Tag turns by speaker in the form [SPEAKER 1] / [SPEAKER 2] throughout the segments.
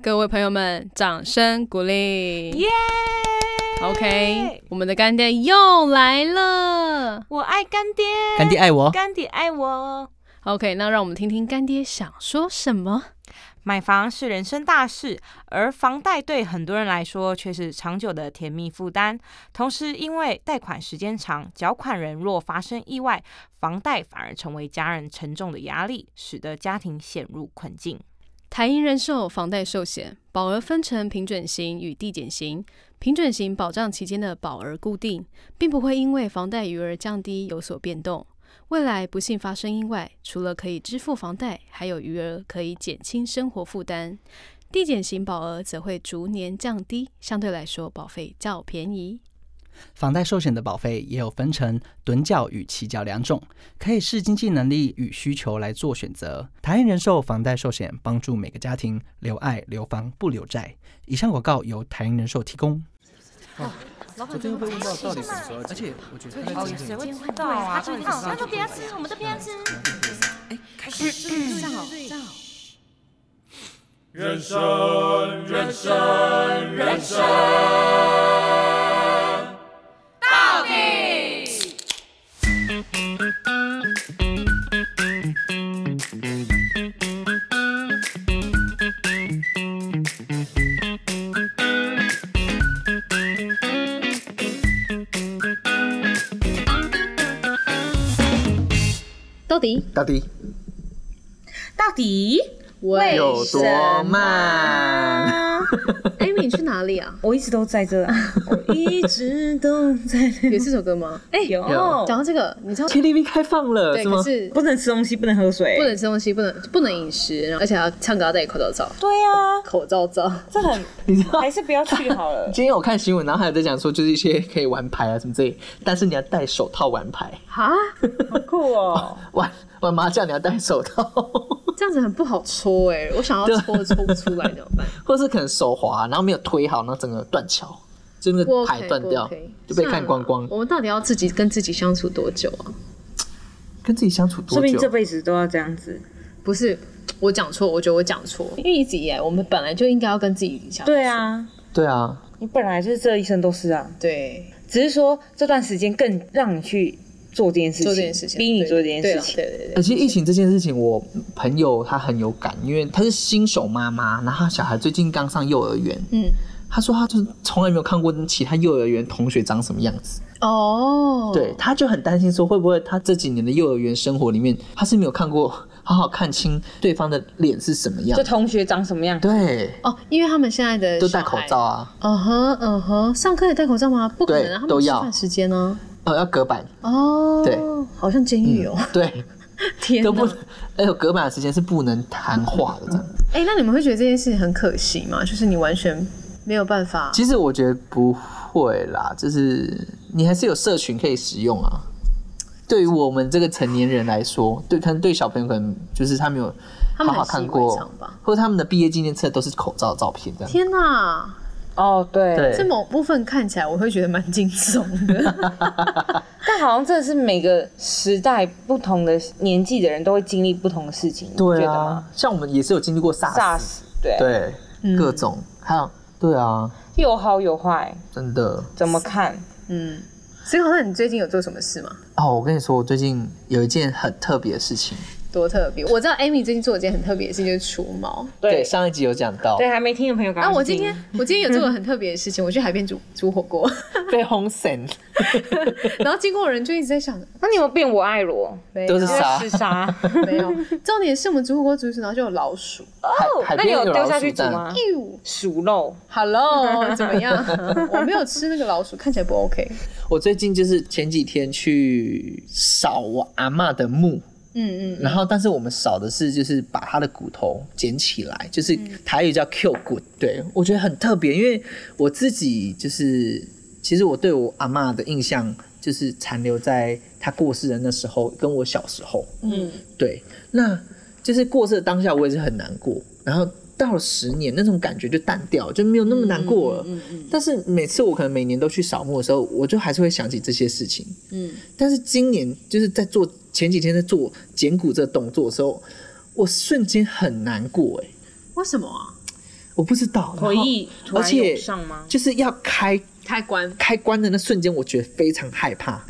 [SPEAKER 1] 各位朋友们，掌声鼓励！
[SPEAKER 2] 耶
[SPEAKER 1] OK，我们的干爹又来了。
[SPEAKER 2] 我爱干爹，
[SPEAKER 3] 干爹爱哦我，
[SPEAKER 2] 干爹爱我。
[SPEAKER 1] OK，那让我们听听干爹想说什么。
[SPEAKER 2] 买房是人生大事，而房贷对很多人来说却是长久的甜蜜负担。同时，因为贷款时间长，缴款人若发生意外，房贷反而成为家人沉重的压力，使得家庭陷入困境。
[SPEAKER 1] 台银人寿房贷寿险保额分成平准型与递减型，平准型保障期间的保额固定，并不会因为房贷余额降低有所变动。未来不幸发生意外，除了可以支付房贷，还有余额可以减轻生活负担。递减型保额则会逐年降低，相对来说保费较便宜。
[SPEAKER 3] 房贷寿险的保费也有分成趸缴与起缴两种，可以视经济能力与需求来做选择。台银人寿房贷寿险帮助每个家庭留爱留房不留债。以上广告由台银人寿提供。
[SPEAKER 1] 老板
[SPEAKER 3] 被问到到底什么时候，而且我觉得
[SPEAKER 2] 谁会知道啊？到底是什么
[SPEAKER 4] 不要吃，我们都不要吃。
[SPEAKER 5] 人生，人生，人生。
[SPEAKER 4] 到底
[SPEAKER 6] 到底
[SPEAKER 4] 到底
[SPEAKER 6] 有多慢？
[SPEAKER 1] ，Amy，你去哪里啊？
[SPEAKER 4] 我一直都在这啊，我一直都在这。
[SPEAKER 1] 有这首歌吗？哎、
[SPEAKER 4] 有
[SPEAKER 1] 讲到这个，你知道
[SPEAKER 6] KTV 开放了
[SPEAKER 1] 对，
[SPEAKER 6] 是吗
[SPEAKER 1] 可？是
[SPEAKER 4] 不能吃东西，不能喝水，
[SPEAKER 1] 不能吃东西，不能不能饮食，然后而且要唱歌要戴口罩罩，
[SPEAKER 4] 对啊，
[SPEAKER 1] 口罩罩。
[SPEAKER 4] 这很
[SPEAKER 6] 你知道
[SPEAKER 4] 还是不要去好 了。
[SPEAKER 6] 今天我看新闻，然后还有在讲说，就是一些可以玩牌啊什么之类，但是你要戴手套玩牌，
[SPEAKER 1] 哈，
[SPEAKER 4] 好酷哦！
[SPEAKER 6] 玩玩麻将你要戴手套，
[SPEAKER 1] 这样子很不好搓哎、我想要搓都搓不出来怎么 办？
[SPEAKER 6] 或是可能手滑，啊然后没有推好，然后整个断桥，就那
[SPEAKER 1] 不
[SPEAKER 6] 个
[SPEAKER 1] OK，
[SPEAKER 6] 牌断掉
[SPEAKER 1] 不 OK
[SPEAKER 6] 就被看光光
[SPEAKER 1] 算了。我们到底要自己跟自己相处多久啊？
[SPEAKER 6] 跟自己相处
[SPEAKER 4] 说
[SPEAKER 6] 多
[SPEAKER 4] 不定这
[SPEAKER 6] 久？
[SPEAKER 4] 辈子都要这样子。
[SPEAKER 1] 不是我讲错，我觉得我讲错，因为一直以来我们本来就应该要跟自己相处。
[SPEAKER 4] 对啊，
[SPEAKER 6] 对啊，
[SPEAKER 4] 你本来就是这一生都是啊，
[SPEAKER 1] 对，
[SPEAKER 4] 只是说这段时间更让你去做这件事情，
[SPEAKER 1] 做这件事情，
[SPEAKER 4] 逼你
[SPEAKER 1] 对
[SPEAKER 4] 做这件事情。
[SPEAKER 1] 对啊对对
[SPEAKER 6] 而
[SPEAKER 1] 对。
[SPEAKER 6] 且呃疫情这件事情，我朋友他很有感，因为他是新手妈妈，然后他小孩最近刚上幼儿园，
[SPEAKER 1] 嗯，
[SPEAKER 6] 他说他就是从来没有看过其他幼儿园同学长什么样子。
[SPEAKER 1] 哦，
[SPEAKER 6] 对，他就很担心说，会不会他这几年的幼儿园生活里面，他是没有看过好好看清对方的脸是什么样
[SPEAKER 4] 就。同学长什么样？
[SPEAKER 6] 啊对，
[SPEAKER 1] 哦，因为他们现在的
[SPEAKER 6] 都戴口罩
[SPEAKER 1] 啊，
[SPEAKER 6] 啊，
[SPEAKER 1] 嗯哼嗯哼，上课也戴口罩吗？不可能
[SPEAKER 6] 对
[SPEAKER 1] 啊，他
[SPEAKER 6] 都
[SPEAKER 1] 们吃
[SPEAKER 6] 要
[SPEAKER 1] 饭时间呢？
[SPEAKER 6] 哦，要隔板，
[SPEAKER 1] 哦，
[SPEAKER 6] 对，
[SPEAKER 1] 好像监狱哦，
[SPEAKER 6] 对，
[SPEAKER 1] 天
[SPEAKER 6] 都不
[SPEAKER 1] 哪！，
[SPEAKER 6] 哎呦，隔板的时间是不能谈话的这样。
[SPEAKER 1] 哎、那你们会觉得这件事情很可惜吗？就是你完全没有办法，
[SPEAKER 6] 其实我觉得不会啦，就是你还是有社群可以使用啊。对于我们这个成年人来说，对，可能对小朋友可能就是他没有
[SPEAKER 1] 他
[SPEAKER 6] 好
[SPEAKER 1] 们
[SPEAKER 6] 好
[SPEAKER 1] 很习以
[SPEAKER 6] 看
[SPEAKER 1] 为
[SPEAKER 6] 过
[SPEAKER 1] 常吧，
[SPEAKER 6] 或者他们的毕业纪念册都是口罩的照片这样。
[SPEAKER 1] 天哪！
[SPEAKER 4] 哦，对，
[SPEAKER 6] 对
[SPEAKER 1] 这某部分看起来我会觉得蛮惊悚的，
[SPEAKER 4] 但好像真的是每个时代不同的年纪的人都会经历不同的事情，你觉
[SPEAKER 6] 对
[SPEAKER 4] 得吗
[SPEAKER 6] 啊，像我们也是有经历过 SARS，, 嗯
[SPEAKER 4] ？SARS 对，
[SPEAKER 6] 对，各种还有对啊，
[SPEAKER 4] 有好有坏，
[SPEAKER 6] 真的
[SPEAKER 4] 怎么看？
[SPEAKER 1] 嗯。石考，那你最近有做什么事吗？
[SPEAKER 6] 哦。我跟你说，我最近有一件很特别的事情，
[SPEAKER 1] 多特别！我知道 Amy 最近做了一件很特别的事情，就是除毛。
[SPEAKER 4] 对
[SPEAKER 6] 上一集有讲到
[SPEAKER 4] 对，还没听的朋友，赶
[SPEAKER 1] 啊，
[SPEAKER 4] 快
[SPEAKER 1] 我
[SPEAKER 4] 去
[SPEAKER 1] 今
[SPEAKER 4] 听
[SPEAKER 1] 天
[SPEAKER 6] 嗯
[SPEAKER 1] 我今天有做了很特别的事情，我去海边煮煮火锅，
[SPEAKER 6] 被轰散，
[SPEAKER 1] 然后经过的人就一直在想，
[SPEAKER 4] 那你有没有变我爱罗？
[SPEAKER 1] 没
[SPEAKER 6] 都是
[SPEAKER 1] 有
[SPEAKER 6] 沙
[SPEAKER 4] 是啥？
[SPEAKER 1] 没有。重点是我们煮火锅煮一煮，然后就有老鼠。
[SPEAKER 6] 海海
[SPEAKER 4] 哦那你
[SPEAKER 6] 边
[SPEAKER 4] 有
[SPEAKER 6] 老
[SPEAKER 4] 丢下
[SPEAKER 6] 鼠
[SPEAKER 4] 去煮
[SPEAKER 6] 蛋，
[SPEAKER 4] 吗？
[SPEAKER 1] 哟
[SPEAKER 4] 鼠肉，
[SPEAKER 1] ，Hello，怎么样？我没有吃那个老鼠，看起来不 OK。
[SPEAKER 6] 我最近就是前几天去扫我阿嬷的墓，
[SPEAKER 1] 嗯嗯，
[SPEAKER 6] 然后但是我们扫的是就是把她的骨头捡起来，就是
[SPEAKER 4] 嗯
[SPEAKER 6] 台语叫 Q 骨。对我觉得很特别，因为我自己就是其实我对我阿嬷的印象就是残留在她过世的那时候，跟我小时候。
[SPEAKER 1] 嗯，
[SPEAKER 6] 对，那就是过世的当下我也是很难过，然后。到了十年，那种感觉就淡掉，就没有那么难过了。但是每次我可能每年都去扫墓的时候，我就还是会想起这些事情。但是今年就是在做前几天在做剪骨这个动作的时候，我瞬间很难过哎、
[SPEAKER 1] 为什么啊？
[SPEAKER 6] 我不知道
[SPEAKER 4] 回忆
[SPEAKER 6] 然后
[SPEAKER 4] 突然
[SPEAKER 6] 而且
[SPEAKER 4] 涌上吗
[SPEAKER 6] 就是要开
[SPEAKER 7] 开关，
[SPEAKER 6] 开关的那瞬间，我觉得非常害怕，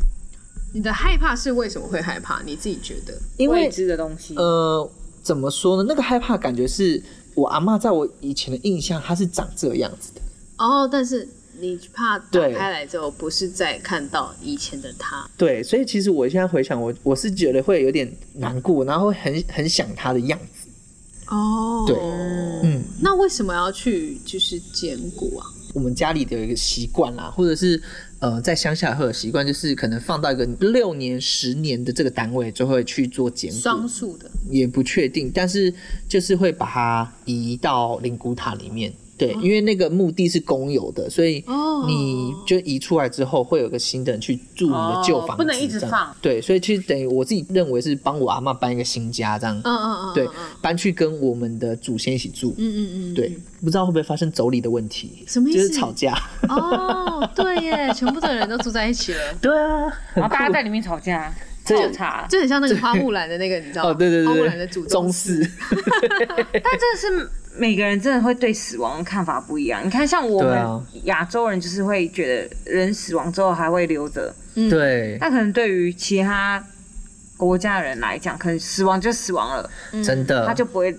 [SPEAKER 7] 你的害怕是为什么会害怕？你自己觉得？
[SPEAKER 6] 因为
[SPEAKER 4] 未知的东西，
[SPEAKER 6] 呃，怎么说呢？那个害怕感觉是我阿嬷在我以前的印象，她是长这样子的。
[SPEAKER 7] 哦，但是你怕打
[SPEAKER 6] 对
[SPEAKER 7] 开来之后，不是再看到以前的他，
[SPEAKER 6] 对，所以其实我现在回想，我我是觉得会有点难过，然后会很很想她的样子。
[SPEAKER 7] 哦，
[SPEAKER 6] 对嗯，
[SPEAKER 7] 那为什么要去就是捡骨啊？
[SPEAKER 6] 我们家里的一个习惯啦，或者是呃，在乡下会有习惯，就是可能放到一个六年、十年的这个单位，就会去做检
[SPEAKER 7] 双
[SPEAKER 6] 骨，
[SPEAKER 7] 数的，
[SPEAKER 6] 也不确定，但是就是会把它移到灵骨塔里面。对，因为那个墓地是公有的，所以
[SPEAKER 7] 哦
[SPEAKER 6] 你就移出来之后，会有个新的人去住你的旧房子、
[SPEAKER 4] 哦不能一直
[SPEAKER 6] 这样
[SPEAKER 4] 放。
[SPEAKER 6] 对，所以其实等于我自己认为是帮我阿嬷搬一个新家，这样、
[SPEAKER 7] 嗯嗯嗯，
[SPEAKER 6] 对
[SPEAKER 7] 嗯，
[SPEAKER 6] 搬去跟我们的祖先一起住。
[SPEAKER 7] 嗯嗯嗯，
[SPEAKER 6] 对，不知道会不会发生妯娌的问题，
[SPEAKER 7] 什么意
[SPEAKER 6] 就是
[SPEAKER 7] 思
[SPEAKER 6] 吵架。
[SPEAKER 7] 哦，对耶，全部的人都住在一起了，
[SPEAKER 6] 对啊，
[SPEAKER 4] 然后大家在里面吵架，啊泡茶，
[SPEAKER 7] 就很像那个花木兰的那个，你知道吗？
[SPEAKER 6] 哦，对对
[SPEAKER 7] 花木
[SPEAKER 6] 对
[SPEAKER 7] 兰的
[SPEAKER 6] 对，
[SPEAKER 7] 祖宗
[SPEAKER 6] 宗室，
[SPEAKER 4] 但真的是每个人真的会对死亡的看法不一样。你看，像我
[SPEAKER 6] 对
[SPEAKER 4] 们
[SPEAKER 6] 啊
[SPEAKER 4] 亚洲人就是会觉得人死亡之后还会留着，
[SPEAKER 7] 嗯
[SPEAKER 6] 对，
[SPEAKER 4] 那可能对于其他国家人来讲，可能死亡就死亡了，
[SPEAKER 7] 嗯
[SPEAKER 6] 真的。
[SPEAKER 4] 他就不会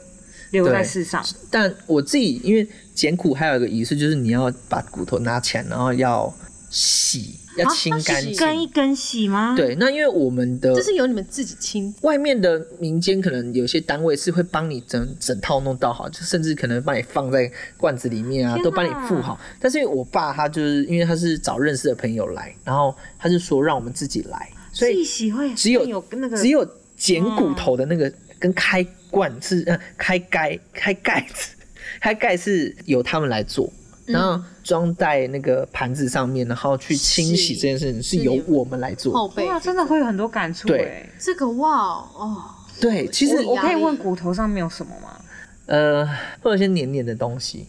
[SPEAKER 4] 留在
[SPEAKER 6] 呃对
[SPEAKER 4] 世上。
[SPEAKER 6] 但我自己因为捡骨还有一个仪式，就是你要把骨头拿起来，然后要洗，要清干
[SPEAKER 7] 洗
[SPEAKER 6] 净。
[SPEAKER 4] 根一根洗吗？，
[SPEAKER 6] 对，那因为我们的
[SPEAKER 7] 这是由你们自己亲
[SPEAKER 6] 外面的民间可能有些单位是会帮你整整套弄到好，就甚至可能帮你放在罐子里面啊，
[SPEAKER 4] 天哪
[SPEAKER 6] 都帮你附好。但是因为我爸他就是因为他是找认识的朋友来，然后他就说让我们自己来，所
[SPEAKER 4] 自己
[SPEAKER 6] 以
[SPEAKER 4] 洗会
[SPEAKER 6] 只有
[SPEAKER 4] 更有那个
[SPEAKER 6] 只有捡骨头的那个跟开罐是、
[SPEAKER 4] 嗯
[SPEAKER 6] 呃、开盖开盖子 开盖是由他们来做。
[SPEAKER 4] 嗯
[SPEAKER 6] 然后装在那个盘子上面，然后去清洗
[SPEAKER 7] 是
[SPEAKER 6] 这件事情是
[SPEAKER 7] 是
[SPEAKER 6] 由
[SPEAKER 7] 你
[SPEAKER 6] 我们来
[SPEAKER 7] 后
[SPEAKER 6] 做。
[SPEAKER 7] 辈
[SPEAKER 4] 哇，，啊真的会有很多感触
[SPEAKER 6] 对
[SPEAKER 4] 哎。
[SPEAKER 7] 这个哇哦，
[SPEAKER 6] 对，其实
[SPEAKER 4] 我可以
[SPEAKER 7] 压力
[SPEAKER 4] 问骨头上面有什么吗？
[SPEAKER 6] 呃，会有一些黏黏的东西，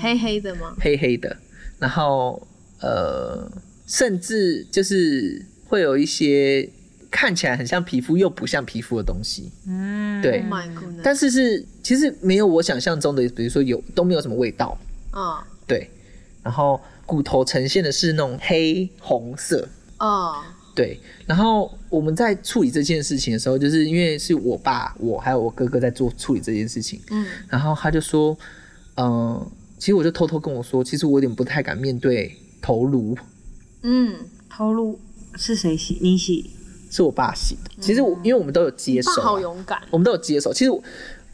[SPEAKER 7] 黑黑的吗？
[SPEAKER 6] 黑黑的，然后呃，甚至就是会有一些看起来很像皮肤又不像皮肤的东西，
[SPEAKER 4] 嗯，
[SPEAKER 6] 对
[SPEAKER 7] Oh my goodness，
[SPEAKER 6] 但是是其实没有我想象中的，比如说有都没有什么味道，
[SPEAKER 7] 啊
[SPEAKER 6] 对，然后骨头呈现的是那种黑红色。
[SPEAKER 1] 哦
[SPEAKER 7] 啊
[SPEAKER 6] 对，然后我们在处理这件事情的时候，就是因为是我爸、我还有我哥哥在做处理这件事情，
[SPEAKER 7] 嗯
[SPEAKER 6] 然后他就说，嗯、其实我就偷偷跟我说，其实我有点不太敢面对头颅，
[SPEAKER 7] 嗯，
[SPEAKER 4] 头颅是谁洗？你洗？
[SPEAKER 6] 是我爸洗的。其实我因为我们都有接
[SPEAKER 7] 嗯你
[SPEAKER 6] 手
[SPEAKER 7] 爸
[SPEAKER 6] 啊、
[SPEAKER 7] 好勇敢，
[SPEAKER 6] 我们都有接手。其实我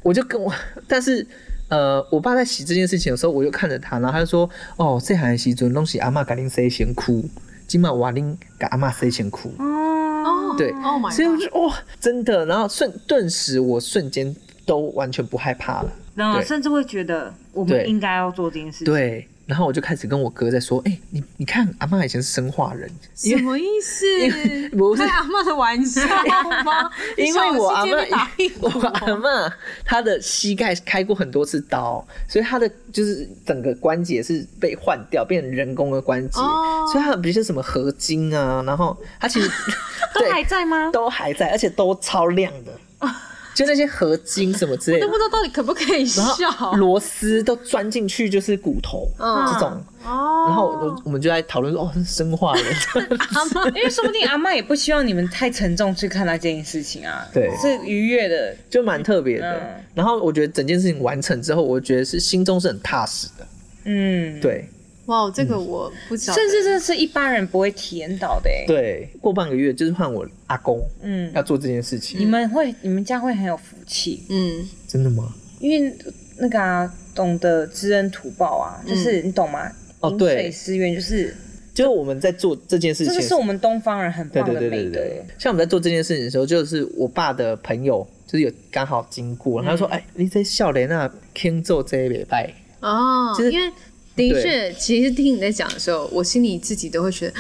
[SPEAKER 6] 我就跟我， 但是呃，我爸在洗这件事情的时候，我就看着他，然后他就说：“哦，这还洗准东西，阿妈给恁洗先哭，今晚瓦恁给阿妈洗先哭。
[SPEAKER 4] 哦，
[SPEAKER 6] 对
[SPEAKER 7] ，Oh my，
[SPEAKER 6] 所以我
[SPEAKER 7] God
[SPEAKER 6] 就哇、真的，然后瞬顿时我瞬间都完全不害怕了。
[SPEAKER 4] 然后
[SPEAKER 6] 对
[SPEAKER 4] 甚至会觉得我们
[SPEAKER 6] 对
[SPEAKER 4] 应该要做这件事情。，
[SPEAKER 6] 对，然后我就开始跟我哥在说：“哎、你你看，阿妈以前是生化人，因
[SPEAKER 7] 什
[SPEAKER 6] 为
[SPEAKER 7] 么意思？
[SPEAKER 6] 不是
[SPEAKER 4] 啊
[SPEAKER 7] 开阿妈的玩笑吗？
[SPEAKER 6] 因为我阿
[SPEAKER 7] 小时间被打
[SPEAKER 6] 嬷，
[SPEAKER 7] 屁股
[SPEAKER 6] 我阿嬷她的膝盖开过很多次刀，所以她的就是整个关节是被换掉，变成人工的关节，
[SPEAKER 7] 哦
[SPEAKER 6] 所以她比如说什么合金啊，然后她其实
[SPEAKER 4] 都还
[SPEAKER 6] 对
[SPEAKER 4] 在吗？
[SPEAKER 6] 都还在，而且都超亮的，就那些合金什么之类的
[SPEAKER 7] 都不，知道到底可不可以
[SPEAKER 6] 然
[SPEAKER 7] 笑。
[SPEAKER 6] 后螺丝都钻进去就是骨头、
[SPEAKER 7] 嗯
[SPEAKER 6] 这种，
[SPEAKER 7] 哦，
[SPEAKER 6] 然后我我们就在讨论说哦，生化人，
[SPEAKER 4] 因为说不定阿妈也不希望你们太沉重去看待这件事情啊。
[SPEAKER 6] 对
[SPEAKER 4] 是愉悦的。
[SPEAKER 6] 就蛮特别的
[SPEAKER 4] 嗯。
[SPEAKER 6] 然后我觉得整件事情完成之后，我觉得是心中是很踏实的，
[SPEAKER 4] 嗯，，
[SPEAKER 6] 对。
[SPEAKER 7] 哇，这个我不知道，
[SPEAKER 4] 甚至这是一般人不会体验到的哎。，
[SPEAKER 6] 对，过半个月就是换我阿公
[SPEAKER 4] 嗯，
[SPEAKER 6] 要做这件事情。
[SPEAKER 4] 你们会，你们家会很有福气，
[SPEAKER 7] 嗯
[SPEAKER 6] 真的吗？
[SPEAKER 4] 因为那个啊，懂得知恩图报啊，就是你懂吗？
[SPEAKER 6] 嗯哦
[SPEAKER 4] 饮
[SPEAKER 6] 对
[SPEAKER 4] 水思源就是
[SPEAKER 6] 就是我们在做这件
[SPEAKER 4] 嗯
[SPEAKER 6] 事
[SPEAKER 4] 这
[SPEAKER 6] 情
[SPEAKER 4] 个
[SPEAKER 6] 的
[SPEAKER 4] 是
[SPEAKER 6] 时候，
[SPEAKER 4] 我们东方人很
[SPEAKER 6] 对
[SPEAKER 4] 棒
[SPEAKER 6] 对
[SPEAKER 4] 的
[SPEAKER 6] 对
[SPEAKER 4] 美
[SPEAKER 6] 对对
[SPEAKER 4] 德欸。
[SPEAKER 6] 对。像我们在做这件事情的时候，就是我爸的朋友，就是有刚好经过，然
[SPEAKER 4] 嗯
[SPEAKER 6] 后他说：“哎，你在笑莲啊，天做这一礼拜。
[SPEAKER 7] 哦，
[SPEAKER 6] 就是
[SPEAKER 7] 因为的确，其实听你在讲的时候，我心里自己都会觉得，”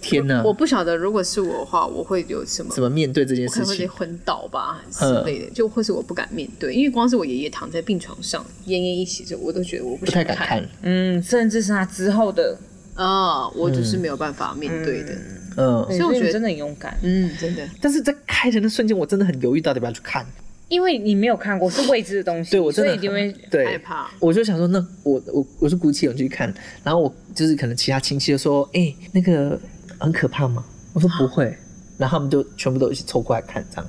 [SPEAKER 6] 天哪
[SPEAKER 7] 我，不晓得如果是我的话，我会有什么
[SPEAKER 6] 怎。么面对这件
[SPEAKER 7] 我可
[SPEAKER 6] 事
[SPEAKER 7] 能会直接
[SPEAKER 6] 情？嗯
[SPEAKER 7] 昏倒吧之类的，就或是我不敢面对，因为光是我爷爷躺在病床上奄奄一息着，我都觉得我
[SPEAKER 6] 不
[SPEAKER 7] 不想
[SPEAKER 6] 太敢看。
[SPEAKER 4] 嗯，甚至是他之后的，
[SPEAKER 7] 啊、我就是没有办法面对的。
[SPEAKER 6] 嗯，
[SPEAKER 4] 所
[SPEAKER 7] 以我觉得
[SPEAKER 4] 真的很勇敢。
[SPEAKER 7] 嗯，真的，
[SPEAKER 6] 但是在开人的瞬间，我真的很犹豫到底要不要去看。
[SPEAKER 4] 因为你没有看过，是未知的东西，
[SPEAKER 6] 对我真
[SPEAKER 4] 所以
[SPEAKER 6] 的
[SPEAKER 4] 一定会
[SPEAKER 6] 很对
[SPEAKER 7] 害怕。哦
[SPEAKER 6] 我就想说，那我我我是鼓起勇气去看，然后我就是可能其他亲戚就说，哎、那个很可怕吗？我说不会，然后他们就全部都一起凑过来看，这样。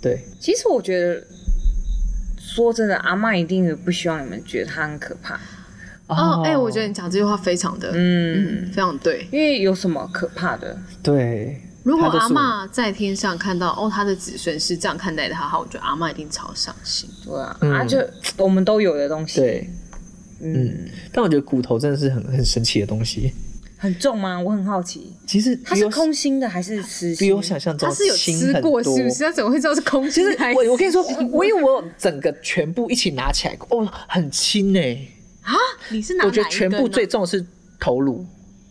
[SPEAKER 6] 对，
[SPEAKER 4] 其实我觉得，说真的，阿嬷一定也不希望你们觉得她很可怕，
[SPEAKER 7] 哦，哎、我觉得你讲这句话非常的，
[SPEAKER 4] 嗯，
[SPEAKER 7] 嗯，非常对。
[SPEAKER 4] 因为有什么可怕的？
[SPEAKER 6] 对，
[SPEAKER 7] 如果
[SPEAKER 6] 他就
[SPEAKER 7] 阿
[SPEAKER 6] 是我
[SPEAKER 7] 嬷在天上看到哦，她的子孙是这样看待她，哈，我觉得阿嬷一定超伤心。
[SPEAKER 4] 对啊，
[SPEAKER 6] 嗯
[SPEAKER 4] 啊就我们都有的东西，，
[SPEAKER 6] 对，
[SPEAKER 4] 嗯，
[SPEAKER 6] 嗯，但我觉得骨头真的是很很神奇的东西。
[SPEAKER 4] 很重吗？我很好奇，
[SPEAKER 6] 其实
[SPEAKER 4] 它
[SPEAKER 6] 比
[SPEAKER 4] 是
[SPEAKER 6] 我
[SPEAKER 4] 空心的还是实心？
[SPEAKER 6] 比我想象中
[SPEAKER 7] 她是有
[SPEAKER 6] 轻
[SPEAKER 7] 吃
[SPEAKER 6] 很
[SPEAKER 7] 过
[SPEAKER 6] 多
[SPEAKER 7] 是不是？她怎么会知道是空
[SPEAKER 6] 其
[SPEAKER 7] 心
[SPEAKER 6] 实
[SPEAKER 7] 还是？
[SPEAKER 6] 我我跟你说，我因为我有整个全部一起拿起来过，哦，很轻哎、
[SPEAKER 7] 啊，你是拿
[SPEAKER 6] 我觉
[SPEAKER 7] 哪
[SPEAKER 6] 得
[SPEAKER 7] 一
[SPEAKER 6] 全
[SPEAKER 7] 根
[SPEAKER 6] 部
[SPEAKER 7] 呢
[SPEAKER 6] 最重的是头颅，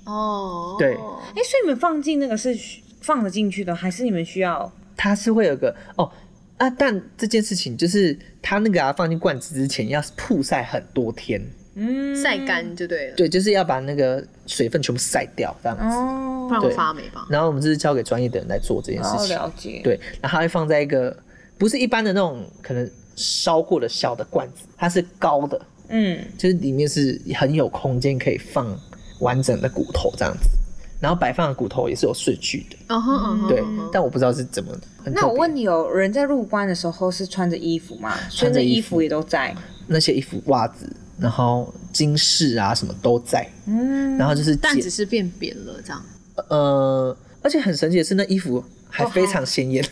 [SPEAKER 7] 哦，
[SPEAKER 4] 哎、
[SPEAKER 6] 对
[SPEAKER 4] 所以你们放进那个是需放得进去的，还是你们需要？
[SPEAKER 6] 它是会有个哦啊，但这件事情就是它那个啊放进罐子之前要曝晒很多天，
[SPEAKER 4] 嗯，
[SPEAKER 7] 晒干就对了，
[SPEAKER 6] 对，就是要把那个水分全部晒掉这样子。
[SPEAKER 4] 哦，
[SPEAKER 7] 不然会
[SPEAKER 6] 对
[SPEAKER 7] 发霉吧？
[SPEAKER 6] 然后我们这是交给专业的人来做这件事
[SPEAKER 4] 哦，
[SPEAKER 6] 情，
[SPEAKER 4] 了解，，
[SPEAKER 6] 对，然后它会放在一个不是一般的那种可能烧过的小的罐子，它是高的，
[SPEAKER 4] 嗯，
[SPEAKER 6] 就是里面是很有空间可以放完整的骨头这样子，然后摆放的骨头也是有顺序的，
[SPEAKER 7] 嗯哼嗯哼，
[SPEAKER 6] 对
[SPEAKER 7] 嗯哼。
[SPEAKER 6] 但我不知道是怎么很
[SPEAKER 4] 那
[SPEAKER 6] 特
[SPEAKER 4] 我问
[SPEAKER 6] 别。
[SPEAKER 4] 你哦，人在入关的时候是穿着衣服吗？所以
[SPEAKER 6] 穿着
[SPEAKER 4] 那衣
[SPEAKER 6] 衣服
[SPEAKER 4] 服也都在，
[SPEAKER 6] 那些衣服、袜子，然后金饰啊什么都在，
[SPEAKER 4] 嗯，
[SPEAKER 6] 然后就是
[SPEAKER 7] 但
[SPEAKER 6] 剪
[SPEAKER 7] 只是变扁了这样。
[SPEAKER 6] 呃，而且很神奇的是，那衣服还非常鲜艳，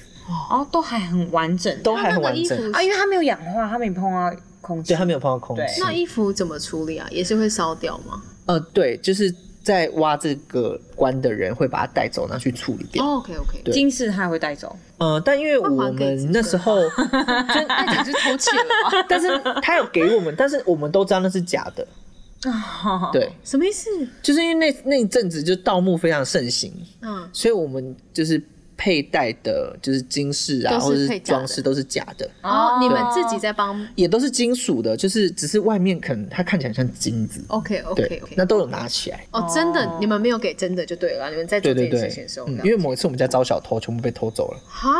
[SPEAKER 4] 哦，都还很完整，
[SPEAKER 6] 都还
[SPEAKER 7] 那
[SPEAKER 6] 很
[SPEAKER 7] 个
[SPEAKER 6] 完
[SPEAKER 7] 衣服哎
[SPEAKER 6] 整。哎
[SPEAKER 4] 啊，因为它没有氧化，它没碰到空气，
[SPEAKER 6] 对，它没有碰到空
[SPEAKER 4] 对
[SPEAKER 6] 气。
[SPEAKER 7] 那衣服怎么处理啊？也是会烧掉吗？
[SPEAKER 6] 呃，对，就是在挖这个棺的人会把它带走，拿去处理掉。
[SPEAKER 7] 哦，OK OK，
[SPEAKER 6] 对
[SPEAKER 4] 金饰它也会带走，
[SPEAKER 6] 呃，但因为
[SPEAKER 7] 那
[SPEAKER 6] 我
[SPEAKER 7] 还给
[SPEAKER 6] 们那时候，
[SPEAKER 7] 就那简直偷窃了吧？
[SPEAKER 6] 但是他有给我们，但是我们都知道那是假 的。
[SPEAKER 7] 哦
[SPEAKER 6] 对，
[SPEAKER 7] 什么意思？
[SPEAKER 6] 就是因为那那一阵子就盗墓非常盛行，
[SPEAKER 7] 嗯，
[SPEAKER 6] 所以我们就是佩戴的，就是金饰啊，
[SPEAKER 7] 都是
[SPEAKER 6] 或者
[SPEAKER 7] 配
[SPEAKER 6] 是
[SPEAKER 7] 假的
[SPEAKER 6] 装饰都是假的，
[SPEAKER 7] 哦，你们自己在帮
[SPEAKER 6] 也都是金属的，就是只是外面可能它看起来像金子。
[SPEAKER 7] ？OK
[SPEAKER 6] 对
[SPEAKER 7] OK OK，
[SPEAKER 6] 那都有拿起来。
[SPEAKER 7] 哦，真的，你们没有给真的就对了，你们在做
[SPEAKER 6] 对
[SPEAKER 7] 这
[SPEAKER 6] 对
[SPEAKER 7] 件
[SPEAKER 6] 对
[SPEAKER 7] 事情的时候，，
[SPEAKER 6] 嗯
[SPEAKER 7] 这样
[SPEAKER 6] 因为某一次我们家招小偷，全部被偷走了。
[SPEAKER 7] 哈，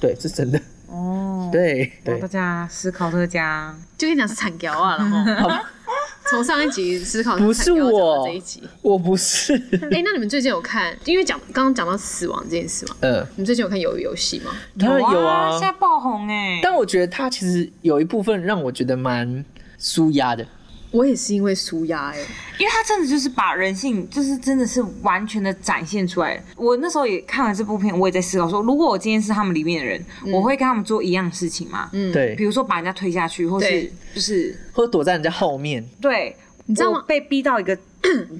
[SPEAKER 6] 对，是真的。
[SPEAKER 4] 哦，
[SPEAKER 6] 对
[SPEAKER 4] 哇
[SPEAKER 6] 对
[SPEAKER 4] 大，家思考这家，
[SPEAKER 7] 就跟你讲是产条啊，然后从上一集思考
[SPEAKER 6] 不是
[SPEAKER 7] 产条讲到
[SPEAKER 6] 我
[SPEAKER 7] 这一集。
[SPEAKER 6] 我不是。
[SPEAKER 7] 哎，那你们最近有看？因为讲刚刚讲到死亡这件事嘛，
[SPEAKER 6] 嗯，
[SPEAKER 7] 你们最近有看《鱿鱼游戏》吗？
[SPEAKER 6] 当然有
[SPEAKER 4] 哇
[SPEAKER 6] 啊
[SPEAKER 4] 现。在爆红哎，
[SPEAKER 6] 但我觉得它其实有一部分让我觉得蛮舒压的。
[SPEAKER 7] 我也是因为舒压哎，
[SPEAKER 4] 因为他真的就是把人性，就是真的是完全的展现出来了。我那时候也看了这部片，我也在思考说，如果我今天是他们里面的人，我会跟他们做一样的事情吗？嗯，
[SPEAKER 6] 对
[SPEAKER 4] 比，如说把人家推下去，或是
[SPEAKER 7] 对
[SPEAKER 4] 就是
[SPEAKER 6] 或者躲在人家后面，
[SPEAKER 4] 对，你
[SPEAKER 7] 知道吗
[SPEAKER 4] 被逼到一个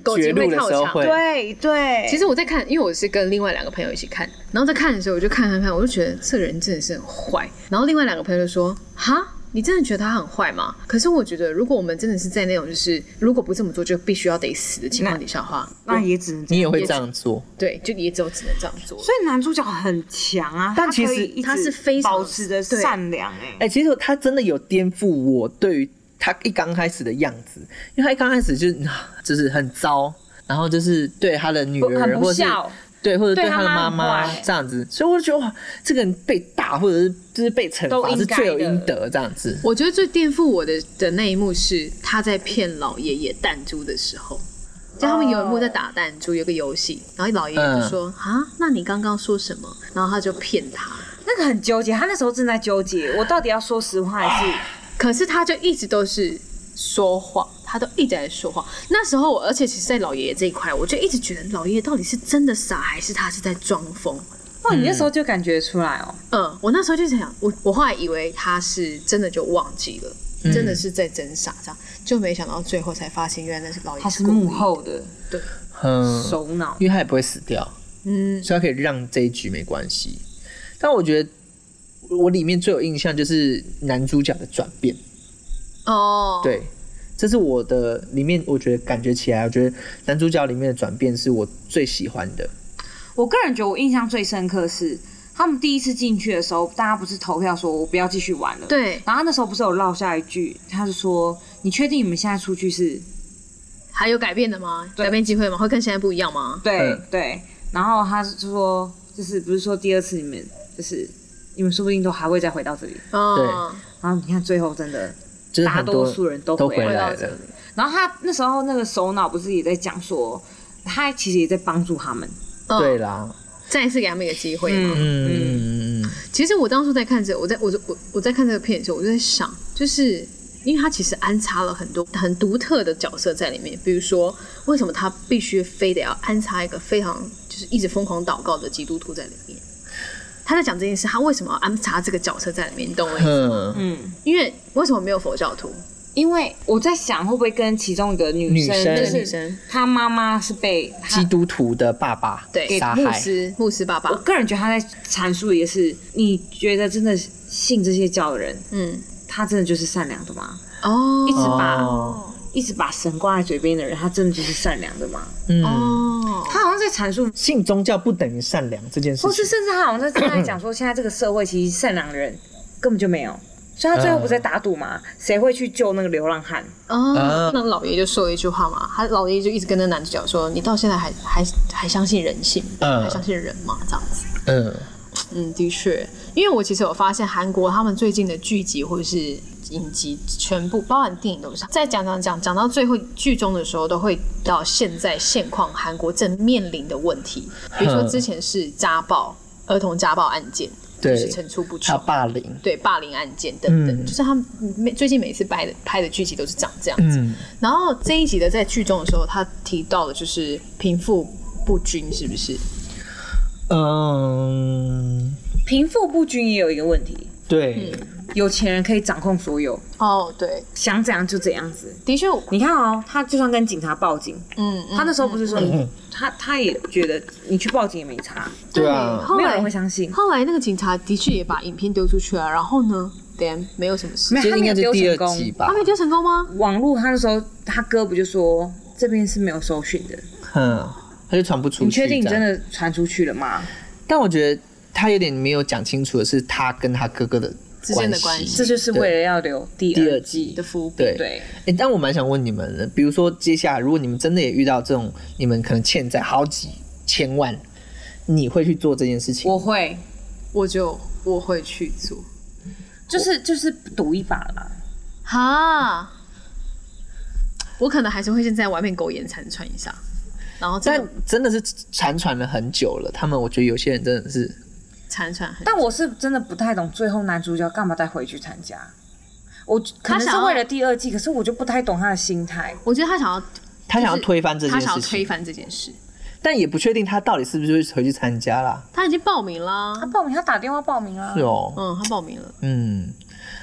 [SPEAKER 7] 狗
[SPEAKER 6] 绝
[SPEAKER 7] 精
[SPEAKER 6] 路
[SPEAKER 7] 会
[SPEAKER 6] 的
[SPEAKER 7] 跳
[SPEAKER 6] 时候
[SPEAKER 7] 墙。
[SPEAKER 6] 会。
[SPEAKER 4] 对对，
[SPEAKER 7] 其实我在看，因为我是跟另外两个朋友一起看，然后在看的时候，我就看看看，我就觉得这个人真的是很坏。然后另外两个朋友就说：“哈，你真的觉得他很坏吗？”可是我觉得，如果我们真的是在那种就是如果不这么做就必须要得死的情况底下的话，
[SPEAKER 4] 那也只能这
[SPEAKER 6] 你
[SPEAKER 4] 样。
[SPEAKER 6] 也会这样做，
[SPEAKER 7] 对，就也只有只能这样做。
[SPEAKER 4] 所以男主角很强啊，
[SPEAKER 6] 但
[SPEAKER 4] 他
[SPEAKER 6] 其
[SPEAKER 4] 可
[SPEAKER 6] 实
[SPEAKER 4] 以一直
[SPEAKER 7] 他是非常
[SPEAKER 4] 保持着
[SPEAKER 7] 对
[SPEAKER 4] 善良哎、
[SPEAKER 6] 哎、其实他真的有颠覆我对于他一刚开始的样子，因为他一刚开始就是 就是很糟，然后就是对他的女
[SPEAKER 4] 不很
[SPEAKER 6] 儿，
[SPEAKER 4] 不
[SPEAKER 6] 或是
[SPEAKER 4] 孝，
[SPEAKER 6] 对，或者
[SPEAKER 4] 对
[SPEAKER 6] 对
[SPEAKER 4] 他
[SPEAKER 6] 他的
[SPEAKER 4] 妈
[SPEAKER 6] 妈
[SPEAKER 4] 很
[SPEAKER 6] 妈
[SPEAKER 4] 坏
[SPEAKER 6] 这样子，所以我就觉得哇，这个人被打或者是就是被惩
[SPEAKER 4] 都
[SPEAKER 6] 罚
[SPEAKER 4] 应
[SPEAKER 6] 是
[SPEAKER 4] 该
[SPEAKER 6] 罪有
[SPEAKER 4] 的
[SPEAKER 6] 应得这样子。
[SPEAKER 7] 我觉得最颠覆我的的那一幕是他在骗老爷爷弹珠的时候，就他们有一幕在打弹珠，有个游戏，然后老爷爷就说：“啊、那你刚刚说什么？”然后他就骗他。
[SPEAKER 4] 那个很纠结，他那时候正在纠结，我到底要说实话还是
[SPEAKER 7] 可是他就一直都是说谎，他都一直在说谎。那时候我，而且其实，在老爷爷这一块，我就一直觉得老爷爷到底是真的傻，还是他是在装疯？
[SPEAKER 4] 哇，你那时候就感觉出来哦。
[SPEAKER 7] 嗯，我那时候就在想，我我后来以为他是真的就忘记了，真的是在真傻这样，就没想到最后才发现，原来那是老爷
[SPEAKER 4] 他
[SPEAKER 7] 爷
[SPEAKER 4] 是
[SPEAKER 7] 故意
[SPEAKER 4] 幕后的
[SPEAKER 6] 嗯，
[SPEAKER 4] 首脑，
[SPEAKER 6] 因为他也不会死掉，
[SPEAKER 7] 嗯，
[SPEAKER 6] 所以他可以让这一局没关系。但我觉得我里面最有印象就是男主角的转变，
[SPEAKER 7] 哦，，
[SPEAKER 6] 对，这是我的里面我觉得感觉起来，我觉得男主角里面的转变是我最喜欢的。
[SPEAKER 4] 我个人觉得我印象最深刻是他们第一次进去的时候，大家不是投票说我不要继续玩了，。
[SPEAKER 7] 对，
[SPEAKER 4] 然后他那时候不是有落下一句，他就说：“你确定你们现在出去是
[SPEAKER 7] 还有改变的吗？
[SPEAKER 4] 对
[SPEAKER 7] 改变机会吗？会跟现在不一样吗？
[SPEAKER 4] 对
[SPEAKER 6] 嗯
[SPEAKER 4] 对？”然后他就说：“就是不是说第二次你们就是你们说不定都还会再回到这里。
[SPEAKER 7] 啊，
[SPEAKER 4] 然后你看最后真的，
[SPEAKER 6] 就是
[SPEAKER 4] 大
[SPEAKER 6] 很
[SPEAKER 4] 多
[SPEAKER 6] 多
[SPEAKER 4] 数人都
[SPEAKER 6] 都
[SPEAKER 4] 回
[SPEAKER 6] 回
[SPEAKER 4] 来
[SPEAKER 6] 来
[SPEAKER 7] 了
[SPEAKER 6] 了，
[SPEAKER 4] 然后他那时候那个首脑不是也在讲说，他其实也在帮助他们。
[SPEAKER 7] 嗯
[SPEAKER 6] 对，啦，
[SPEAKER 7] 再一次给他们一个机会嘛。
[SPEAKER 4] 嗯
[SPEAKER 6] 嗯，嗯
[SPEAKER 7] 其实我当初在看这，我在我我我在看这个片的时候，我就在想，就是因为它其实安插了很多很独特的角色在里面，比如说为什么他必须非得要安插一个非常就是一直疯狂祷告的基督徒在里面？他在讲这件事，他为什么要安插这个角色在里面？你懂我意思？
[SPEAKER 6] 嗯嗯，
[SPEAKER 7] 因为为什么没有佛教徒？
[SPEAKER 4] 因为我在想，会不会跟其中一个女生，
[SPEAKER 6] 女生
[SPEAKER 4] 就
[SPEAKER 6] 那
[SPEAKER 7] 这
[SPEAKER 6] 个
[SPEAKER 7] 个
[SPEAKER 4] 是
[SPEAKER 7] 女生
[SPEAKER 4] 她妈妈是被她
[SPEAKER 6] 基督徒的爸爸
[SPEAKER 7] 对
[SPEAKER 6] 杀
[SPEAKER 7] 牧
[SPEAKER 6] 害，
[SPEAKER 7] 师牧师爸
[SPEAKER 4] 我
[SPEAKER 7] 爸，
[SPEAKER 4] 个人觉得他在阐述的也是，你觉得真的信这些教的人，
[SPEAKER 7] 嗯，
[SPEAKER 4] 他真的就是善良的吗？
[SPEAKER 7] 哦
[SPEAKER 4] 一直把、
[SPEAKER 6] 哦
[SPEAKER 4] 一直把神挂在嘴边的人，他真的就是善良的吗？
[SPEAKER 6] 嗯，
[SPEAKER 7] 哦，
[SPEAKER 4] 他好像在阐述，
[SPEAKER 6] 信宗教不等于善良这件事
[SPEAKER 4] 或是
[SPEAKER 6] 情，
[SPEAKER 4] 甚至他好像在正在讲说，现在这个社会其实善良的人根本就没有。所以他最后不是在打赌吗？谁会去救那个流浪汉？
[SPEAKER 7] 哦
[SPEAKER 6] 啊，
[SPEAKER 7] 那老爷就说了一句话嘛，他老爷就一直跟那男主角说：“你到现在还还还相信人性，
[SPEAKER 6] 嗯
[SPEAKER 7] 还相信人吗？”这样子。
[SPEAKER 6] 嗯，
[SPEAKER 7] 嗯，的确，因为我其实有发现韩国他们最近的剧集或者是影集，全部包含电影都是在讲讲讲讲到最后剧中的时候，都会到现在现况韩国正面临的问题，比如说
[SPEAKER 6] 嗯
[SPEAKER 7] 之前是家暴、儿童家暴案件，就是
[SPEAKER 6] 对，
[SPEAKER 7] 层出不
[SPEAKER 6] 他
[SPEAKER 7] 穷。
[SPEAKER 6] 霸凌，
[SPEAKER 7] 对霸凌案件等等，
[SPEAKER 6] 嗯
[SPEAKER 7] 就是他们每最近每次拍的拍的剧集都是长这样子。
[SPEAKER 6] 嗯，
[SPEAKER 7] 然后这一集的在剧中的时候，他提到的就是贫富不均，是不是？
[SPEAKER 6] 嗯，
[SPEAKER 4] 贫富不均也有一个问题，
[SPEAKER 6] 对，
[SPEAKER 4] 有钱人可以掌控所有，
[SPEAKER 7] 哦，对，
[SPEAKER 4] 想怎样就怎样子。
[SPEAKER 7] 的确，
[SPEAKER 4] 你看哦，他就算跟警察报警，
[SPEAKER 7] 嗯，
[SPEAKER 4] 他那时候不是说你，他他也觉得你去报警也没差，
[SPEAKER 6] 对啊，
[SPEAKER 7] 后
[SPEAKER 4] 没有
[SPEAKER 7] 来
[SPEAKER 4] 人会相信。
[SPEAKER 7] 后来那个警察的确也把影片丢出去了，然后呢，等没有什么事，
[SPEAKER 4] 没有，
[SPEAKER 6] 这
[SPEAKER 4] 他
[SPEAKER 6] 应
[SPEAKER 4] 没
[SPEAKER 6] 该
[SPEAKER 4] 有丢
[SPEAKER 6] 是第
[SPEAKER 4] 成
[SPEAKER 6] 二
[SPEAKER 4] 功。
[SPEAKER 6] 集吧
[SPEAKER 7] 他，没丢成功吗？
[SPEAKER 4] 网络他那时候他哥不就说这边是没有收讯的，
[SPEAKER 6] 嗯，他就传不出去，
[SPEAKER 4] 你确定你
[SPEAKER 6] 这样
[SPEAKER 4] 真？的传出去了吗？
[SPEAKER 6] 但我觉得他有点没有讲清楚的是他跟他哥哥的
[SPEAKER 7] 之间的关系
[SPEAKER 4] 这就是为了要留第
[SPEAKER 6] 第二
[SPEAKER 4] 季
[SPEAKER 7] 的。伏笔，
[SPEAKER 6] 对
[SPEAKER 4] 对，
[SPEAKER 6] 欸但我蛮想问你们的，比如说接下来，如果你们真的也遇到这种，你们可能欠债好几千万，你会去做这件事情？
[SPEAKER 4] 我会，
[SPEAKER 7] 我就我会去做。
[SPEAKER 4] 就是就是赌一把啦。
[SPEAKER 7] 哈，我可能还是会先在外面苟延残喘一下，然后再
[SPEAKER 6] 但真的是缠传了很久了，他们我觉得有些人真的是，
[SPEAKER 7] 残喘很。
[SPEAKER 4] 但我是真的不太懂，最后男主角干嘛再回去参加？我可能
[SPEAKER 7] 想
[SPEAKER 4] 是
[SPEAKER 7] 要
[SPEAKER 4] 为了第二季，可是我就不太懂他的心态。
[SPEAKER 7] 我觉得他想要，
[SPEAKER 6] 他想要推翻这
[SPEAKER 7] 他
[SPEAKER 6] 件
[SPEAKER 7] 想
[SPEAKER 6] 事
[SPEAKER 7] 要推
[SPEAKER 6] 情，
[SPEAKER 7] 翻这件事，
[SPEAKER 6] 但也不确定他到底是不是会回去参加啦。
[SPEAKER 7] 他已经报名啦
[SPEAKER 4] 他。报名，他打电话报名啊
[SPEAKER 6] 是。哦，
[SPEAKER 7] 嗯，他报名了。
[SPEAKER 6] 嗯，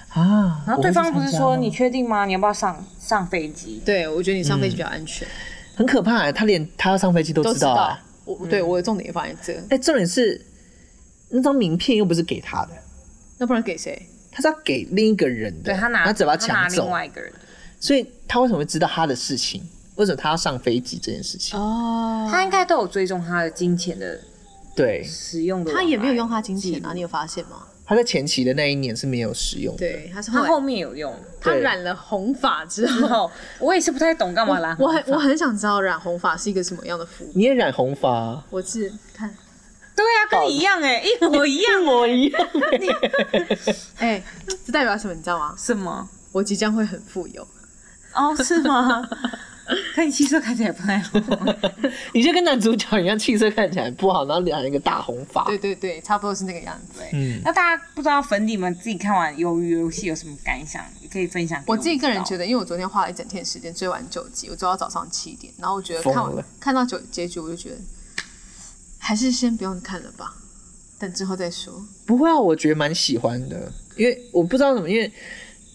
[SPEAKER 6] 啊，
[SPEAKER 4] 然后对方不是说
[SPEAKER 6] 我会去参加吗
[SPEAKER 4] 你确定吗？你要不要上上飞机？
[SPEAKER 7] 对，我觉得你上飞机比较安全，
[SPEAKER 6] 很可怕、欸，他连他要上飞机都
[SPEAKER 7] 都
[SPEAKER 6] 嗯知道、啊。。
[SPEAKER 7] 我对我的重点也放在这，
[SPEAKER 6] 哎、重点是那张名片又不是给他的，
[SPEAKER 7] 那不然给谁？
[SPEAKER 6] 他是要给另一个人的，
[SPEAKER 4] 对他拿，
[SPEAKER 6] 他只把
[SPEAKER 4] 他拿
[SPEAKER 6] 抢
[SPEAKER 4] 另
[SPEAKER 6] 走。
[SPEAKER 4] 外一个人。
[SPEAKER 6] 所以他为什么会知道他的事情？为什么他要上飞机这件事情？
[SPEAKER 7] 哦
[SPEAKER 4] 他应该都有追踪他的金钱的
[SPEAKER 6] 对，
[SPEAKER 4] 使用的，
[SPEAKER 7] 他也没有用他金钱啊，你。有发现吗？
[SPEAKER 6] 他在前期的那一年是没有使用的。
[SPEAKER 7] 对，他是
[SPEAKER 4] 他
[SPEAKER 7] 后
[SPEAKER 4] 后
[SPEAKER 7] 来
[SPEAKER 4] 面有用，
[SPEAKER 7] 他
[SPEAKER 6] 对
[SPEAKER 7] 染了红发之
[SPEAKER 4] 之
[SPEAKER 7] 后，
[SPEAKER 4] 后我也是不太懂干嘛啦。
[SPEAKER 7] 我很我很想知道染红发是一个什么样的服务。
[SPEAKER 6] 你也染红发，啊
[SPEAKER 7] 我是看，
[SPEAKER 4] 对啊，跟你一样哎，一模一样，一模一样。
[SPEAKER 7] 哎，这代表什么？你知道吗？
[SPEAKER 4] 什么？
[SPEAKER 7] 我即将会很富有。
[SPEAKER 4] 哦，是 吗？看你气色看起来也不太好，
[SPEAKER 6] 你就跟男主角一样，气色看起来不好，然后染一个大红发。
[SPEAKER 7] 对对对，差不多是那个样子。
[SPEAKER 6] 嗯，
[SPEAKER 4] 那大家不知道粉底们自己看完《鱿鱼游戏》有什么感想，也可以分享给
[SPEAKER 7] 我自己个人觉
[SPEAKER 4] 得，
[SPEAKER 7] 得，因为我昨天花了一整天时间追完九集，我追到早上七点，然后我觉得
[SPEAKER 6] 疯
[SPEAKER 7] 看完
[SPEAKER 6] 了
[SPEAKER 7] 看到九结局，我就觉得还是先不用看了吧，等之后再说。
[SPEAKER 6] 不会啊，我觉得蛮喜欢的，因为我不知道怎么，因为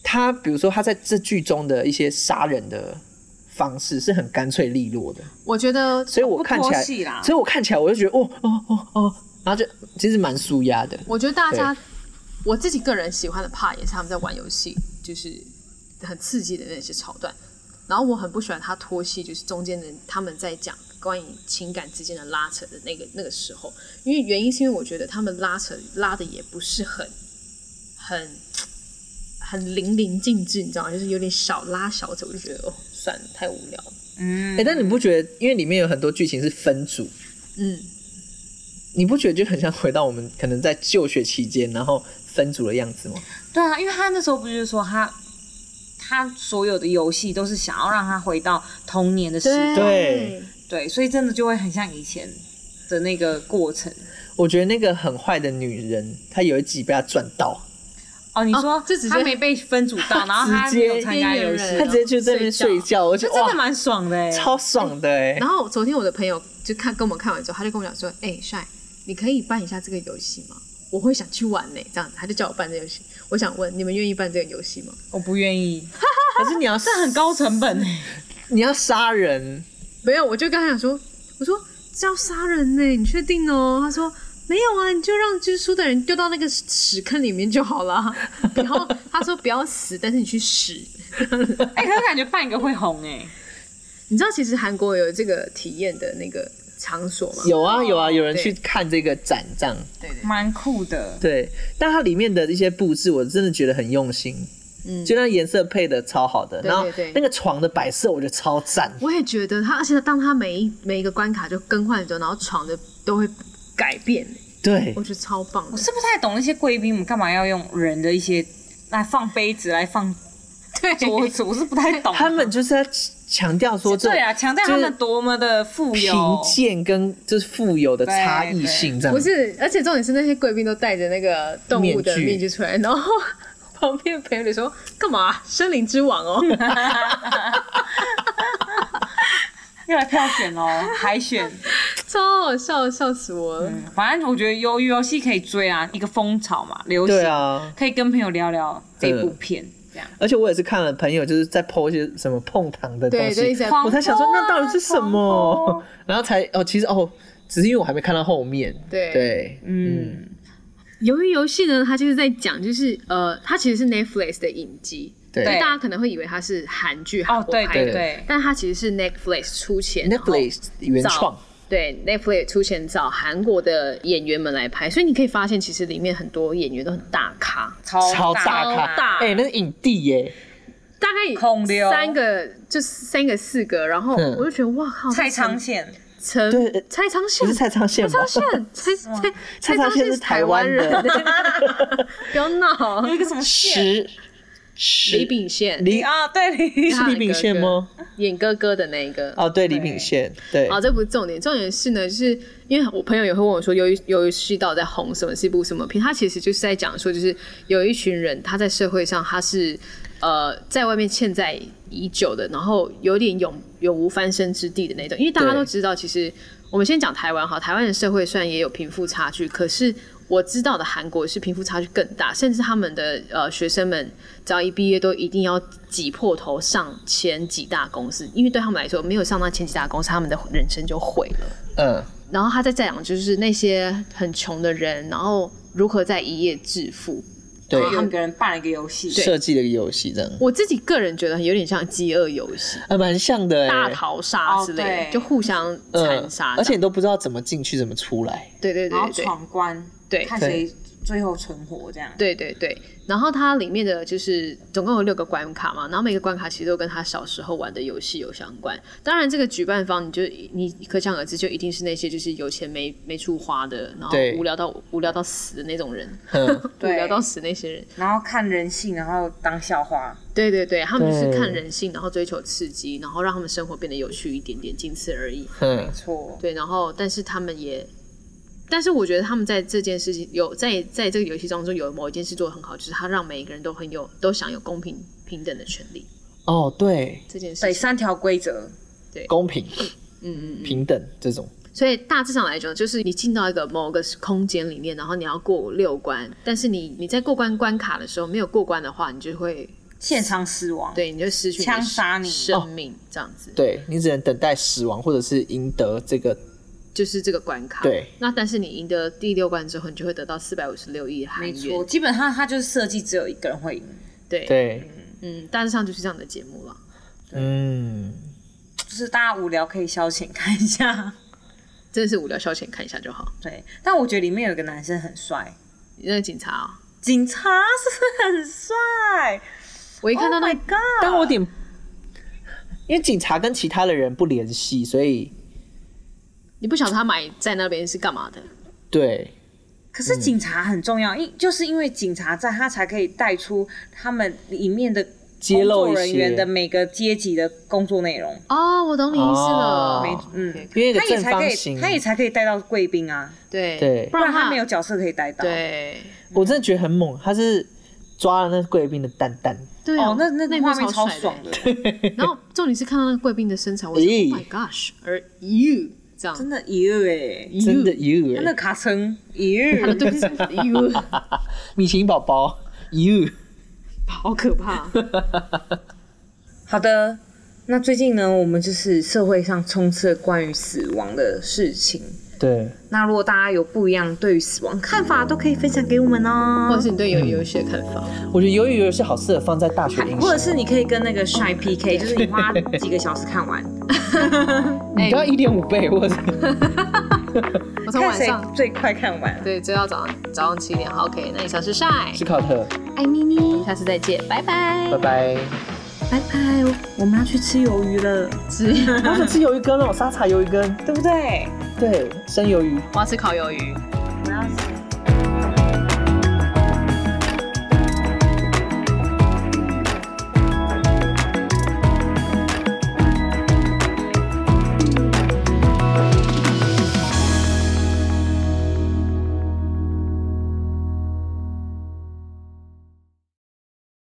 [SPEAKER 6] 他比如说他在这剧中的一些杀人的方式是很干脆利落的，
[SPEAKER 7] 我觉得
[SPEAKER 6] 所以我
[SPEAKER 4] 哦不
[SPEAKER 6] 看起
[SPEAKER 4] 拖
[SPEAKER 6] 来，
[SPEAKER 4] 戏啊嗯啦
[SPEAKER 6] 所以我看起来我就觉得哦哦哦哦，然后就其实蛮舒压的。
[SPEAKER 7] 我觉得大家，我自己个人喜欢的 part 也是他们在玩游戏，就是很刺激的那些桥段。然后我很不喜欢他拖戏，就是中间的他们在讲关于情感之间的拉扯的那个那个时候，因为原因是因为我觉得他们拉扯拉的也不是很很很淋漓尽致，你知道吗？就是有点小拉小扯，我就觉得哦，算了，太无聊了。
[SPEAKER 4] 嗯
[SPEAKER 6] 哎、，但你不觉得，因为里面有很多剧情是分组，
[SPEAKER 7] 嗯，
[SPEAKER 6] 你不觉得就很像回到我们可能在就学期间，然后分组的样子吗？
[SPEAKER 4] 对啊，因为他那时候不就是说他他所有的游戏都是想要让他回到童年的时代，
[SPEAKER 6] 对，
[SPEAKER 4] 对，所以真的就会很像以前的那个过程。
[SPEAKER 6] 我觉得那个很坏的女人，她有一集被她赚到，
[SPEAKER 4] 哦，你说、
[SPEAKER 7] 哦这直接
[SPEAKER 4] 他没被分组 啊到，然后他
[SPEAKER 6] 直
[SPEAKER 4] 没
[SPEAKER 6] 接
[SPEAKER 4] 有参加游戏
[SPEAKER 7] 边缘，
[SPEAKER 6] 她
[SPEAKER 7] 人
[SPEAKER 6] 直接就在那边睡觉，我
[SPEAKER 4] 这
[SPEAKER 6] 觉得
[SPEAKER 4] 真的
[SPEAKER 6] 哇，
[SPEAKER 4] 蛮爽的哎、
[SPEAKER 6] 超爽的哎、
[SPEAKER 7] 然后昨天我的朋友就看跟我们看完之后，他就跟我讲说：“哎、帅，你可以办一下这个游戏吗？我会想去玩呢、这样子，他就叫我办这个游戏。我想问你们愿意办这个游戏吗？
[SPEAKER 4] 我不愿 意，
[SPEAKER 6] 可是你要
[SPEAKER 4] 这很高成本哎、
[SPEAKER 6] 你要杀人，
[SPEAKER 7] 没有，我就跟他讲说，我说这要杀人呢、你确定哦？他说没有啊，你就让就是输的人丢到那个屎坑里面就好了。 然后他说不要死，但是你去屎。
[SPEAKER 4] 哎、可是感觉办一个会红哎、
[SPEAKER 7] 你知道其实韩国有这个体验的那个场所吗？
[SPEAKER 6] 有
[SPEAKER 4] 哦
[SPEAKER 6] 啊有啊，有人
[SPEAKER 7] 对
[SPEAKER 6] 去看这个展这样，
[SPEAKER 4] 蛮酷的。
[SPEAKER 6] 对，但它里面的一些布置，我真的觉得很用心。嗯，就那颜色配的超好的，
[SPEAKER 7] 对
[SPEAKER 6] 然后
[SPEAKER 7] 对对
[SPEAKER 6] 那个床的摆设我觉得超赞，
[SPEAKER 7] 我也觉得他，而且当他每一每一个关卡就更换的时候，然后床的都会改变，
[SPEAKER 6] 对
[SPEAKER 7] 我觉得超棒
[SPEAKER 4] 我
[SPEAKER 7] 的。
[SPEAKER 4] 是不太懂那些贵宾们干嘛要用人的一些来放杯子来 放桌
[SPEAKER 7] 对，
[SPEAKER 4] 子，我是不太懂。
[SPEAKER 6] 他们就是要强调说这
[SPEAKER 4] 对啊，强调他们多么的富
[SPEAKER 6] 贫
[SPEAKER 4] 有，
[SPEAKER 6] 贱跟就是富有的差异性这样
[SPEAKER 7] 不。是，而且重点是那些贵宾都戴着那个动物的
[SPEAKER 6] 面具
[SPEAKER 7] 面具出来，然后旁边朋友就说：“干嘛？森林之王 哦，
[SPEAKER 4] 又来票选喽，海 选。
[SPEAKER 7] 超好笑，笑死我了。
[SPEAKER 4] 反正我觉得鱿鱼游戏可以追啊，一个风潮嘛，流行。
[SPEAKER 6] 对啊，
[SPEAKER 4] 可以跟朋友聊聊这部片，这样。
[SPEAKER 6] 而且我也是看了朋友就是在剖一些什么碰糖的东
[SPEAKER 7] 对，就哦一
[SPEAKER 6] 西
[SPEAKER 7] 直，在
[SPEAKER 6] 我才想说
[SPEAKER 4] 狂泼啊
[SPEAKER 6] 那到底是什
[SPEAKER 4] 狂
[SPEAKER 6] 么，然后才哦，其实哦，只是因为我还没看到后面。
[SPEAKER 7] 对
[SPEAKER 6] 对，
[SPEAKER 4] 嗯，
[SPEAKER 7] 由于游戏呢，它就是在讲，就是呃，它其实是 Netflix 的影集，
[SPEAKER 6] 对
[SPEAKER 7] 就大家可能会以为它是韩剧，韩
[SPEAKER 4] 哦，
[SPEAKER 7] 国
[SPEAKER 4] 对
[SPEAKER 7] 拍
[SPEAKER 4] 对
[SPEAKER 7] 的，
[SPEAKER 4] 对，
[SPEAKER 7] 但它其实是 Netflix 出钱然后
[SPEAKER 6] Netflix 原
[SPEAKER 7] 找
[SPEAKER 6] 创，
[SPEAKER 7] 对 Netflix 出钱找韩国的演员们来拍，所以你可以发现，其实里面很多演员都很大咖，
[SPEAKER 4] 超
[SPEAKER 6] 超
[SPEAKER 4] 大
[SPEAKER 6] 大
[SPEAKER 7] 超大
[SPEAKER 6] 咖，哎，那是影帝耶，
[SPEAKER 7] 大
[SPEAKER 4] 孔刘
[SPEAKER 7] 概三个，就三个四个，然后
[SPEAKER 6] 嗯
[SPEAKER 7] 我就觉得哇靠，
[SPEAKER 4] 蔡昌宪，
[SPEAKER 7] 陈
[SPEAKER 6] 对呃
[SPEAKER 7] 蔡昌
[SPEAKER 6] 不
[SPEAKER 7] 宪
[SPEAKER 6] 是蔡昌宪
[SPEAKER 7] 蔡
[SPEAKER 6] 吧
[SPEAKER 7] 昌？宪蔡蔡
[SPEAKER 6] 蔡昌宪
[SPEAKER 7] 宪
[SPEAKER 6] 是台
[SPEAKER 7] 台
[SPEAKER 6] 湾
[SPEAKER 7] 人
[SPEAKER 6] 的，
[SPEAKER 7] 不要闹，
[SPEAKER 4] 有一个什么宪？
[SPEAKER 6] 十十
[SPEAKER 7] 李秉宪
[SPEAKER 6] 李
[SPEAKER 4] 啊，对李
[SPEAKER 6] 是李秉宪吗？
[SPEAKER 7] 演哥哥的那一个
[SPEAKER 6] 哦，对，李秉宪，对，
[SPEAKER 7] 好，这不是重点，重点是呢，就是因为我朋友也会问我说，由于由于世道在红什么是一部什么片，他其实就是在讲说，就是有一群人他在社会上他是呃在外面欠债已久的，然后有点永永无翻身之地的那种，因为大家
[SPEAKER 6] 对
[SPEAKER 7] 都知道，其实我们先讲台湾哈，台湾的社会虽然也有贫富差距，可是。我知道的韩国是贫富差距更大，甚至他们的呃学生们只要一毕业都一定要挤破头上前几大公司，因为对他们来说，没有上到前几大公司，他们的人生就毁了。
[SPEAKER 6] 嗯，
[SPEAKER 7] 然后他在讲就是那些很穷的人，然后如何在一夜致富。
[SPEAKER 6] 对，
[SPEAKER 4] 有一个人办了一个游戏，
[SPEAKER 6] 设计了一个游戏这样，
[SPEAKER 7] 我自己个人觉得有点像饥饿游戏、
[SPEAKER 6] 呃，蛮像的
[SPEAKER 7] 大
[SPEAKER 6] 哎，
[SPEAKER 7] 逃杀之类
[SPEAKER 4] 哦
[SPEAKER 7] 的，
[SPEAKER 4] 对
[SPEAKER 7] 就互相残
[SPEAKER 6] 嗯
[SPEAKER 7] 杀。，
[SPEAKER 6] 而且你都不知道怎么进去，怎么出来，
[SPEAKER 7] 对对
[SPEAKER 4] 然
[SPEAKER 7] 对
[SPEAKER 4] 后
[SPEAKER 7] 对
[SPEAKER 4] 闯关，
[SPEAKER 7] 对
[SPEAKER 4] 看谁最后存活这样。
[SPEAKER 7] 对对对。然后它里面的就是总共有六个关卡嘛，然后每个关卡其实都跟他小时候玩的游戏有相关。当然，这个举办方你就你可想而知，就一定是那些就是有钱没没处花的，然后
[SPEAKER 6] 对
[SPEAKER 7] 无聊到无聊到死的那种人，
[SPEAKER 6] 嗯，
[SPEAKER 7] 无聊到死那些人。
[SPEAKER 4] 然后看人性，然后当笑话。
[SPEAKER 7] 对对对，他们就是
[SPEAKER 6] 对
[SPEAKER 7] 看人性，然后追求刺激，然后让他们生活变得有趣一点点，仅此而已。
[SPEAKER 6] 嗯，
[SPEAKER 4] 错，
[SPEAKER 7] 对，然后但是他们也，但是我觉得他们在这件事情有在在这个游戏当中有某一件事做得很好，就是他让每一个人都很有都享有公平平等的权利
[SPEAKER 6] 哦，对，
[SPEAKER 7] 这件事
[SPEAKER 4] 对，
[SPEAKER 7] 情。
[SPEAKER 4] 三条规则，
[SPEAKER 6] 公平、
[SPEAKER 7] 嗯嗯嗯。
[SPEAKER 6] 平等这种，
[SPEAKER 7] 所以大致上来讲，就是你进到一个某个空间里面，然后你要过六关，但是你你在过关关卡的时候没有过关的话，你就会
[SPEAKER 4] 现场死亡。
[SPEAKER 7] 对你就失去你的
[SPEAKER 4] 枪杀你哦
[SPEAKER 7] 生命这样子。
[SPEAKER 6] 对你只能等待死亡，或者是赢得这个，
[SPEAKER 7] 就是这个关卡。
[SPEAKER 6] 对，
[SPEAKER 7] 那但是你赢得第六关之后，你就会得到四百五十六亿韩
[SPEAKER 4] 没错，
[SPEAKER 7] 元。
[SPEAKER 4] 基本上它就是设计只有一个人会赢，
[SPEAKER 7] 对，
[SPEAKER 6] 对，
[SPEAKER 7] 嗯，大致上就是这样的节目了。
[SPEAKER 6] 嗯，
[SPEAKER 4] 就是大家无聊可以消遣看一下。
[SPEAKER 7] 真的是无聊消遣看一下就好。
[SPEAKER 4] 对，但我觉得里面有一个男生很帅，
[SPEAKER 7] 那个警察、哦，
[SPEAKER 4] 警察是不是很帅？
[SPEAKER 7] 我一看到
[SPEAKER 4] Oh
[SPEAKER 7] 那
[SPEAKER 4] my god！
[SPEAKER 6] 但我有点，因为警察跟其他的人不联系，所以
[SPEAKER 7] 你不晓得他买在那边是干嘛的，
[SPEAKER 6] 对，
[SPEAKER 4] 可是警察很重要，因就是因为警察在，他才可以带出他们里面的
[SPEAKER 6] 揭露
[SPEAKER 4] 工
[SPEAKER 6] 一
[SPEAKER 4] 作人员
[SPEAKER 6] 些
[SPEAKER 4] 的每个阶级的工作内容。
[SPEAKER 7] 哦，我懂你意思了，
[SPEAKER 6] 哦
[SPEAKER 7] 没
[SPEAKER 4] 嗯，
[SPEAKER 6] 因为一个
[SPEAKER 4] 他也
[SPEAKER 6] 正
[SPEAKER 4] 才可
[SPEAKER 6] 方
[SPEAKER 4] 以，
[SPEAKER 6] 形，
[SPEAKER 4] 他也才可以带到贵宾啊，
[SPEAKER 7] 对
[SPEAKER 6] 对
[SPEAKER 4] 不然他没有角色可以带到。，
[SPEAKER 7] 对
[SPEAKER 6] 我真的觉得很猛，他是抓了那贵宾的蛋蛋，
[SPEAKER 7] 对
[SPEAKER 4] 哦，那那
[SPEAKER 7] 那
[SPEAKER 4] 个
[SPEAKER 7] 一幕
[SPEAKER 4] 画面超
[SPEAKER 7] 帅
[SPEAKER 4] 爽的，
[SPEAKER 7] 然后重点是看到那个贵宾的身材，我觉得
[SPEAKER 6] 咦
[SPEAKER 7] Oh my gosh，而 you 这样
[SPEAKER 4] 真的，一日哎，
[SPEAKER 6] 真的 you，
[SPEAKER 4] 他那卡称一日
[SPEAKER 7] 啊，对不起 you
[SPEAKER 6] 米奇宝宝 you，
[SPEAKER 7] 好可怕，
[SPEAKER 4] 好的，那最近呢，我们就是社会上充斥了关于死亡的事情。
[SPEAKER 6] 对，
[SPEAKER 4] 那如果大家有不一样对于死亡看法，都可以分享给我们哦。
[SPEAKER 7] 或者是你对有有一些看法，
[SPEAKER 6] 我觉得鱿鱼游戏好适合放在大学音
[SPEAKER 4] 或
[SPEAKER 6] 响
[SPEAKER 4] 者，是你可以跟那个 Shy PK，就是你花几个小时看 完，
[SPEAKER 6] 你不要一点五倍，或者是
[SPEAKER 7] 哎我
[SPEAKER 4] 看
[SPEAKER 7] 从晚
[SPEAKER 4] 谁
[SPEAKER 7] 上
[SPEAKER 4] 最快看完。
[SPEAKER 7] 对追到早上早上七点，好 OK，那以上是晒，
[SPEAKER 6] 是考特，
[SPEAKER 7] 爱咪咪，我们下次再见，拜拜
[SPEAKER 6] 拜，拜。
[SPEAKER 4] 拜拜，我们要去吃鱿鱼了，
[SPEAKER 7] 吃，
[SPEAKER 6] 我想吃鱿鱼羹哦，沙茶鱿鱼羹，
[SPEAKER 4] 对不对？
[SPEAKER 6] 对，生鱿鱼。
[SPEAKER 7] 我要吃烤鱿鱼。